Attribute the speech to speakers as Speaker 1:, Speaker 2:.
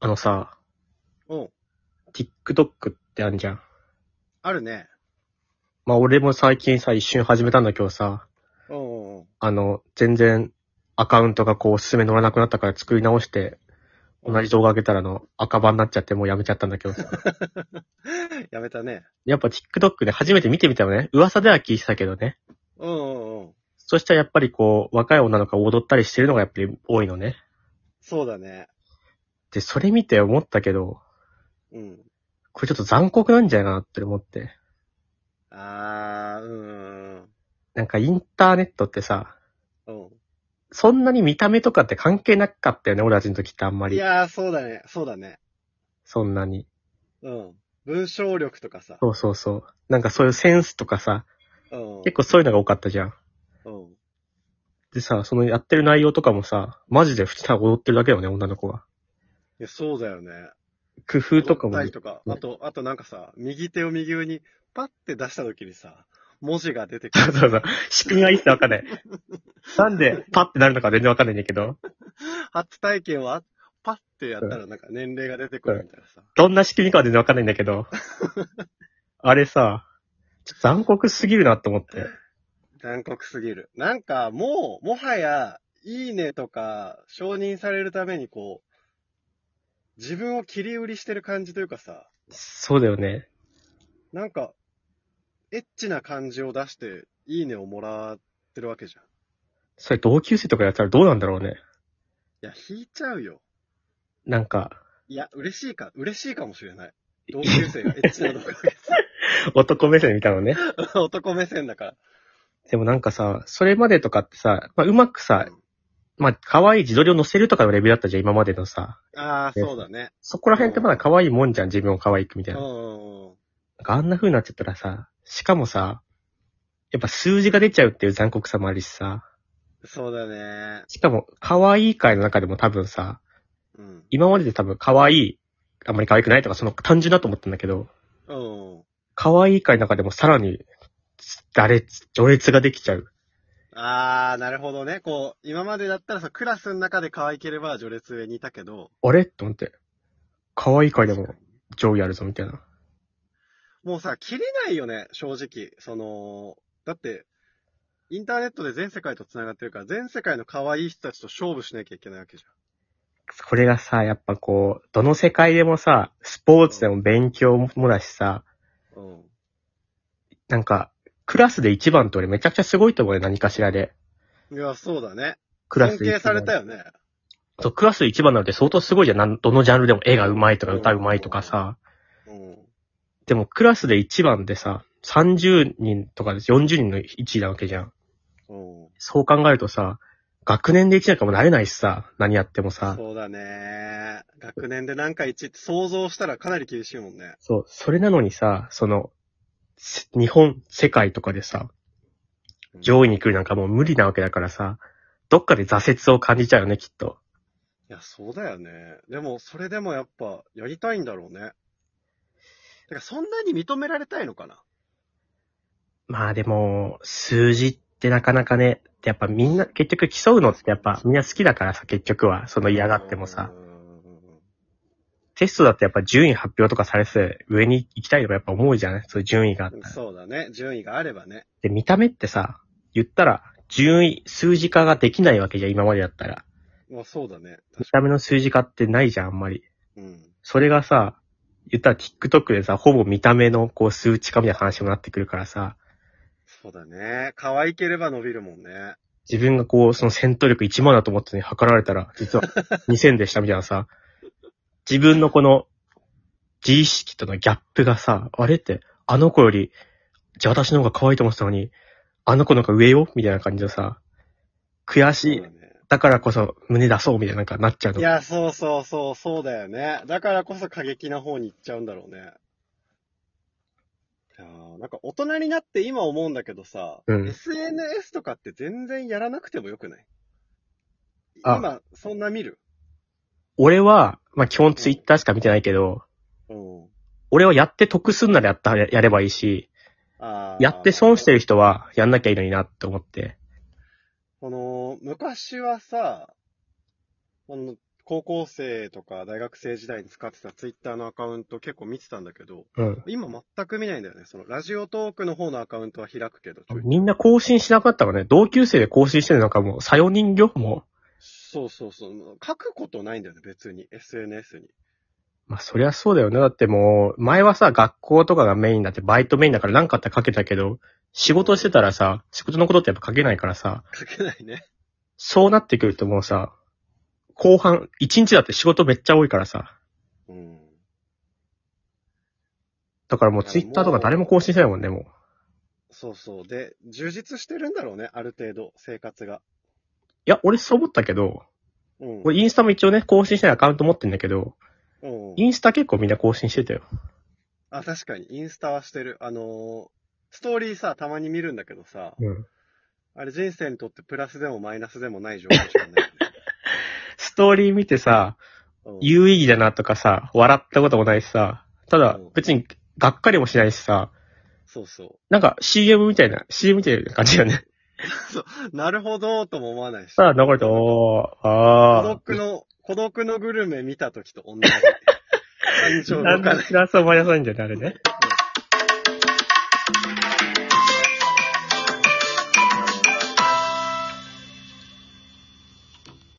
Speaker 1: あのさ、
Speaker 2: おう
Speaker 1: TikTok ってあんじゃん。
Speaker 2: あるね。
Speaker 1: まあ俺も最近さ、一瞬始めたんだけどさ、
Speaker 2: おうおう
Speaker 1: あの、全然アカウントがこうおすすめ乗らなくなったから作り直して、
Speaker 2: おう
Speaker 1: 同じ動画上げたらあの赤版になっちゃってもうやめちゃったんだけどさ。
Speaker 2: やめたね。
Speaker 1: やっぱ TikTok で初めて見てみたのね。噂では聞いてたけどね。
Speaker 2: おうおうおう
Speaker 1: そしたらやっぱりこう、若い女の子が踊ったりしてるのがやっぱり多いのね。
Speaker 2: そうだね。
Speaker 1: で、それ見て思ったけど、
Speaker 2: うん。
Speaker 1: これちょっと残酷なんじゃないかなって思って。
Speaker 2: あー、うんうん
Speaker 1: なんかインターネットってさ、
Speaker 2: うん。
Speaker 1: そんなに見た目とかって関係なかったよね、俺たちの時ってあん
Speaker 2: う
Speaker 1: ま
Speaker 2: ん。
Speaker 1: り。
Speaker 2: いやー、そうだね。そうだね。
Speaker 1: そんなに。
Speaker 2: うん。文章力とかさ。
Speaker 1: そうそうそう。なんかそういうセンスとかさ、
Speaker 2: うん。
Speaker 1: 結構そういうのが多かったじゃん。
Speaker 2: うん。
Speaker 1: でさ、そのやってる内容とかもさ、マジで普通に踊ってるだけだよね、女の子は。
Speaker 2: いや、そうだよね。
Speaker 1: 工夫とかも
Speaker 2: 踊ったり
Speaker 1: ね、
Speaker 2: とか。
Speaker 1: うん
Speaker 2: あと、あとなんかさ、右手を右上にパッて出した時にさ、文字が出てく
Speaker 1: そう
Speaker 2: る。
Speaker 1: そうそう。仕組みは一切わかんない。なんでパッてなるのか全然わかんないんだけど、
Speaker 2: 初体験は、パッてやったらなんか年齢が出てくるみたいなさ。
Speaker 1: どんな仕組みかは全然わかんないんだけど、あれさ、ちょっと残酷すぎるなと思って。
Speaker 2: 残酷すぎる。なんか、もう、もはや、いいねとか、承認されるためにこう、自分を切り売りしてる感じというかさ、
Speaker 1: そうだよね。
Speaker 2: なんか、エッチな感じを出して、いいねをもらってるわけじゃん。い
Speaker 1: それ同級生とかやったらどうなんだろうね。
Speaker 2: や、引いちゃうよ。
Speaker 1: なんか、
Speaker 2: いや、嬉しいか、嬉しいかもしれない。同級生がエッチな動画で
Speaker 1: 男目線で見たのね。
Speaker 2: す男目線だから。
Speaker 1: でもなんかさ、それまでとかってさ、まあ、うまくさ、まあ、可愛い自撮りを載せるとかのレベルだったじゃん、今までのさ。
Speaker 2: ああ、そうだね。
Speaker 1: そこら辺ってまだ可愛いもんじゃん、自分を可愛くみた
Speaker 2: う
Speaker 1: い
Speaker 2: ん
Speaker 1: な。
Speaker 2: う
Speaker 1: なん
Speaker 2: んうん。
Speaker 1: んかあんな風になっちゃったらさ、しかもさ、やっぱ数字が出ちゃうっていう残酷さもあるしさ、
Speaker 2: そうだね。
Speaker 1: しかも可愛い界の中でも多分さ、
Speaker 2: うん。
Speaker 1: 今までで多分可愛い、あんまり可愛くないとかその単純だと思ったんだけど、
Speaker 2: うんうん。
Speaker 1: 可愛い界の中でもさらに、誰、序列ができちゃう。
Speaker 2: あー、なるほどね。こう、今までだったらさ、クラスの中で可愛ければ序列上にいたけど、
Speaker 1: あれと思って、可愛い界でも上位あるぞみたいな。
Speaker 2: もうさ、切れないよね、正直。その、だって、インターネットで全世界と繋がってるから、全世界の可愛い人たちと勝負しなきゃいけないわけじ
Speaker 1: これがさ、やっぱこう、どの世界でもさ、スポーツでも勉強もだしさ、
Speaker 2: ゃん。うん。
Speaker 1: なんか、クラスで一番って俺めちゃくちゃすごいと思うよ、何かしらで。
Speaker 2: いや、そうだね。
Speaker 1: クラ
Speaker 2: 尊
Speaker 1: スで一
Speaker 2: 敬
Speaker 1: 番。
Speaker 2: されたよね。
Speaker 1: そう、クラスで一番なんて相当すごいじゃん。なんどのジャンルでも絵が上手いとか
Speaker 2: うん
Speaker 1: 歌上手いとかさ。
Speaker 2: うん。
Speaker 1: でもクラスで一番でさ、30人とかです40人の1位なわけじゃん。
Speaker 2: うん。
Speaker 1: そう考えるとさ、学年で1位なんかもなれないしさ、何やってもさ。
Speaker 2: そうだね。学年でなんか1って想像したらかなり厳しいもんね。
Speaker 1: そう、それなのにさ、その、せ日本、世界とかでさ、上位に来るなんかもう無理なわけだからさ、どっかで挫折を感じちゃうよね、きっと。
Speaker 2: いや、そうだよね。でも、それでもやっぱ、やりたいんだろうね。てか、そんなに認められたいのかな
Speaker 1: まあでも、数字ってなかなかね、やっぱみんな、結局競うのってやっぱみんな好きだからさ、結局は。その嫌がってもさ。。テストだってやっぱ順位発表とかされてて、上に行きたいとかやっぱ思うじゃないそういう順位があった
Speaker 2: うん
Speaker 1: ら。
Speaker 2: そうだね。順位があればね。
Speaker 1: で、見た目ってさ、言ったら、順位、数字化ができないわけじゃん、今までだったら。
Speaker 2: まあ、そうだね。
Speaker 1: 見
Speaker 2: 確か
Speaker 1: た目の数字化ってないじゃん、あんまり。
Speaker 2: に。うん。
Speaker 1: それがさ、言ったら TikTok でさ、ほぼ見た目のこう数値化みたいな話にもなってくるからさ、
Speaker 2: そうだね。可愛ければ伸びるもんね。
Speaker 1: 自分がこう、その戦闘力1万だと思ってたのに測られたら、実は2000でしたみたいなさ、自分のこの、自意識とのギャップがさ、あれって、あの子より、じゃあ私の方が可愛いと思ってたのに、あの子の方が上よみたいな感じでさ、悔し
Speaker 2: そう
Speaker 1: い
Speaker 2: だ。ね。
Speaker 1: だからこそ胸出そうみたいななんかなっちゃうの
Speaker 2: い。や、そうそうそう、そうだよね。だからこそ過激な方に行っちゃうんだろうね。いやーなんか大人になって今思うんだけどさ、
Speaker 1: うん
Speaker 2: SNS とかって全然やらなくてもよくない
Speaker 1: あ
Speaker 2: 今、そんな見る
Speaker 1: 俺は、まあ、基本ツイッターしか見てないけど、
Speaker 2: うん。
Speaker 1: 俺はやって得すんならやった、やればいいし、
Speaker 2: あー
Speaker 1: やって損してる人はやんなきゃいいのになって思って。
Speaker 2: この、昔はさ、この、高校生とか大学生時代に使ってたツイッターのアカウント結構見てたんだけど、
Speaker 1: うん。
Speaker 2: 今全く見ないんだよね。そのラジオトークの方のアカウントは開くけど、ちょい
Speaker 1: みんな更新しなかったわね。同級生で更新してるのかもう、さよ人形も
Speaker 2: そうそうそう。書くことないんだよね、別に。SNS に。
Speaker 1: う。まあ、そりゃそうだよね。だってもう、前はさ、学校とかがメインだって、バイトメインだから何かあったら書けたけど、仕事してたらさ、仕事のことってやっぱ書けないからさ、
Speaker 2: 書けないね。
Speaker 1: そうなってくるともうさ、後半、一日だって仕事めっちゃ多いからさ。
Speaker 2: うん。
Speaker 1: だからもうツイッターとか誰も更新してないもんね、もう。
Speaker 2: そうそう。で、充実してるんだろうね、ある程度、生活が。
Speaker 1: いや、俺そう思ったけど、
Speaker 2: うん。
Speaker 1: 俺インスタも一応ね、更新してないアカウント持ってんだけど、
Speaker 2: うん、
Speaker 1: インスタ結構みんな更新してたよ。
Speaker 2: あ、確かに、インスタはしてる。あのーストーリーさ、たまに見るんだけどさ、
Speaker 1: うん。
Speaker 2: あれ人生にとってプラスでもマイナスでもない状況しかないよね、
Speaker 1: ストーリー見てさ、
Speaker 2: うん
Speaker 1: 有意義だなとかさ、笑ったこともないしさ、ただ
Speaker 2: うん
Speaker 1: 別にがっかりもしないしさ、
Speaker 2: そうそ
Speaker 1: なんか CM みたいな、CM みたいな感じだよね。
Speaker 2: う。なるほど、とも思わないし。
Speaker 1: さあ、流れて、おー、
Speaker 2: 孤
Speaker 1: あ
Speaker 2: 独
Speaker 1: ー。
Speaker 2: の、孤 独のグルメ見た時と同じ。感情
Speaker 1: な
Speaker 2: 動
Speaker 1: ん
Speaker 2: か
Speaker 1: だ
Speaker 2: ない。
Speaker 1: 知らせ思い出さないんだよね、あれね。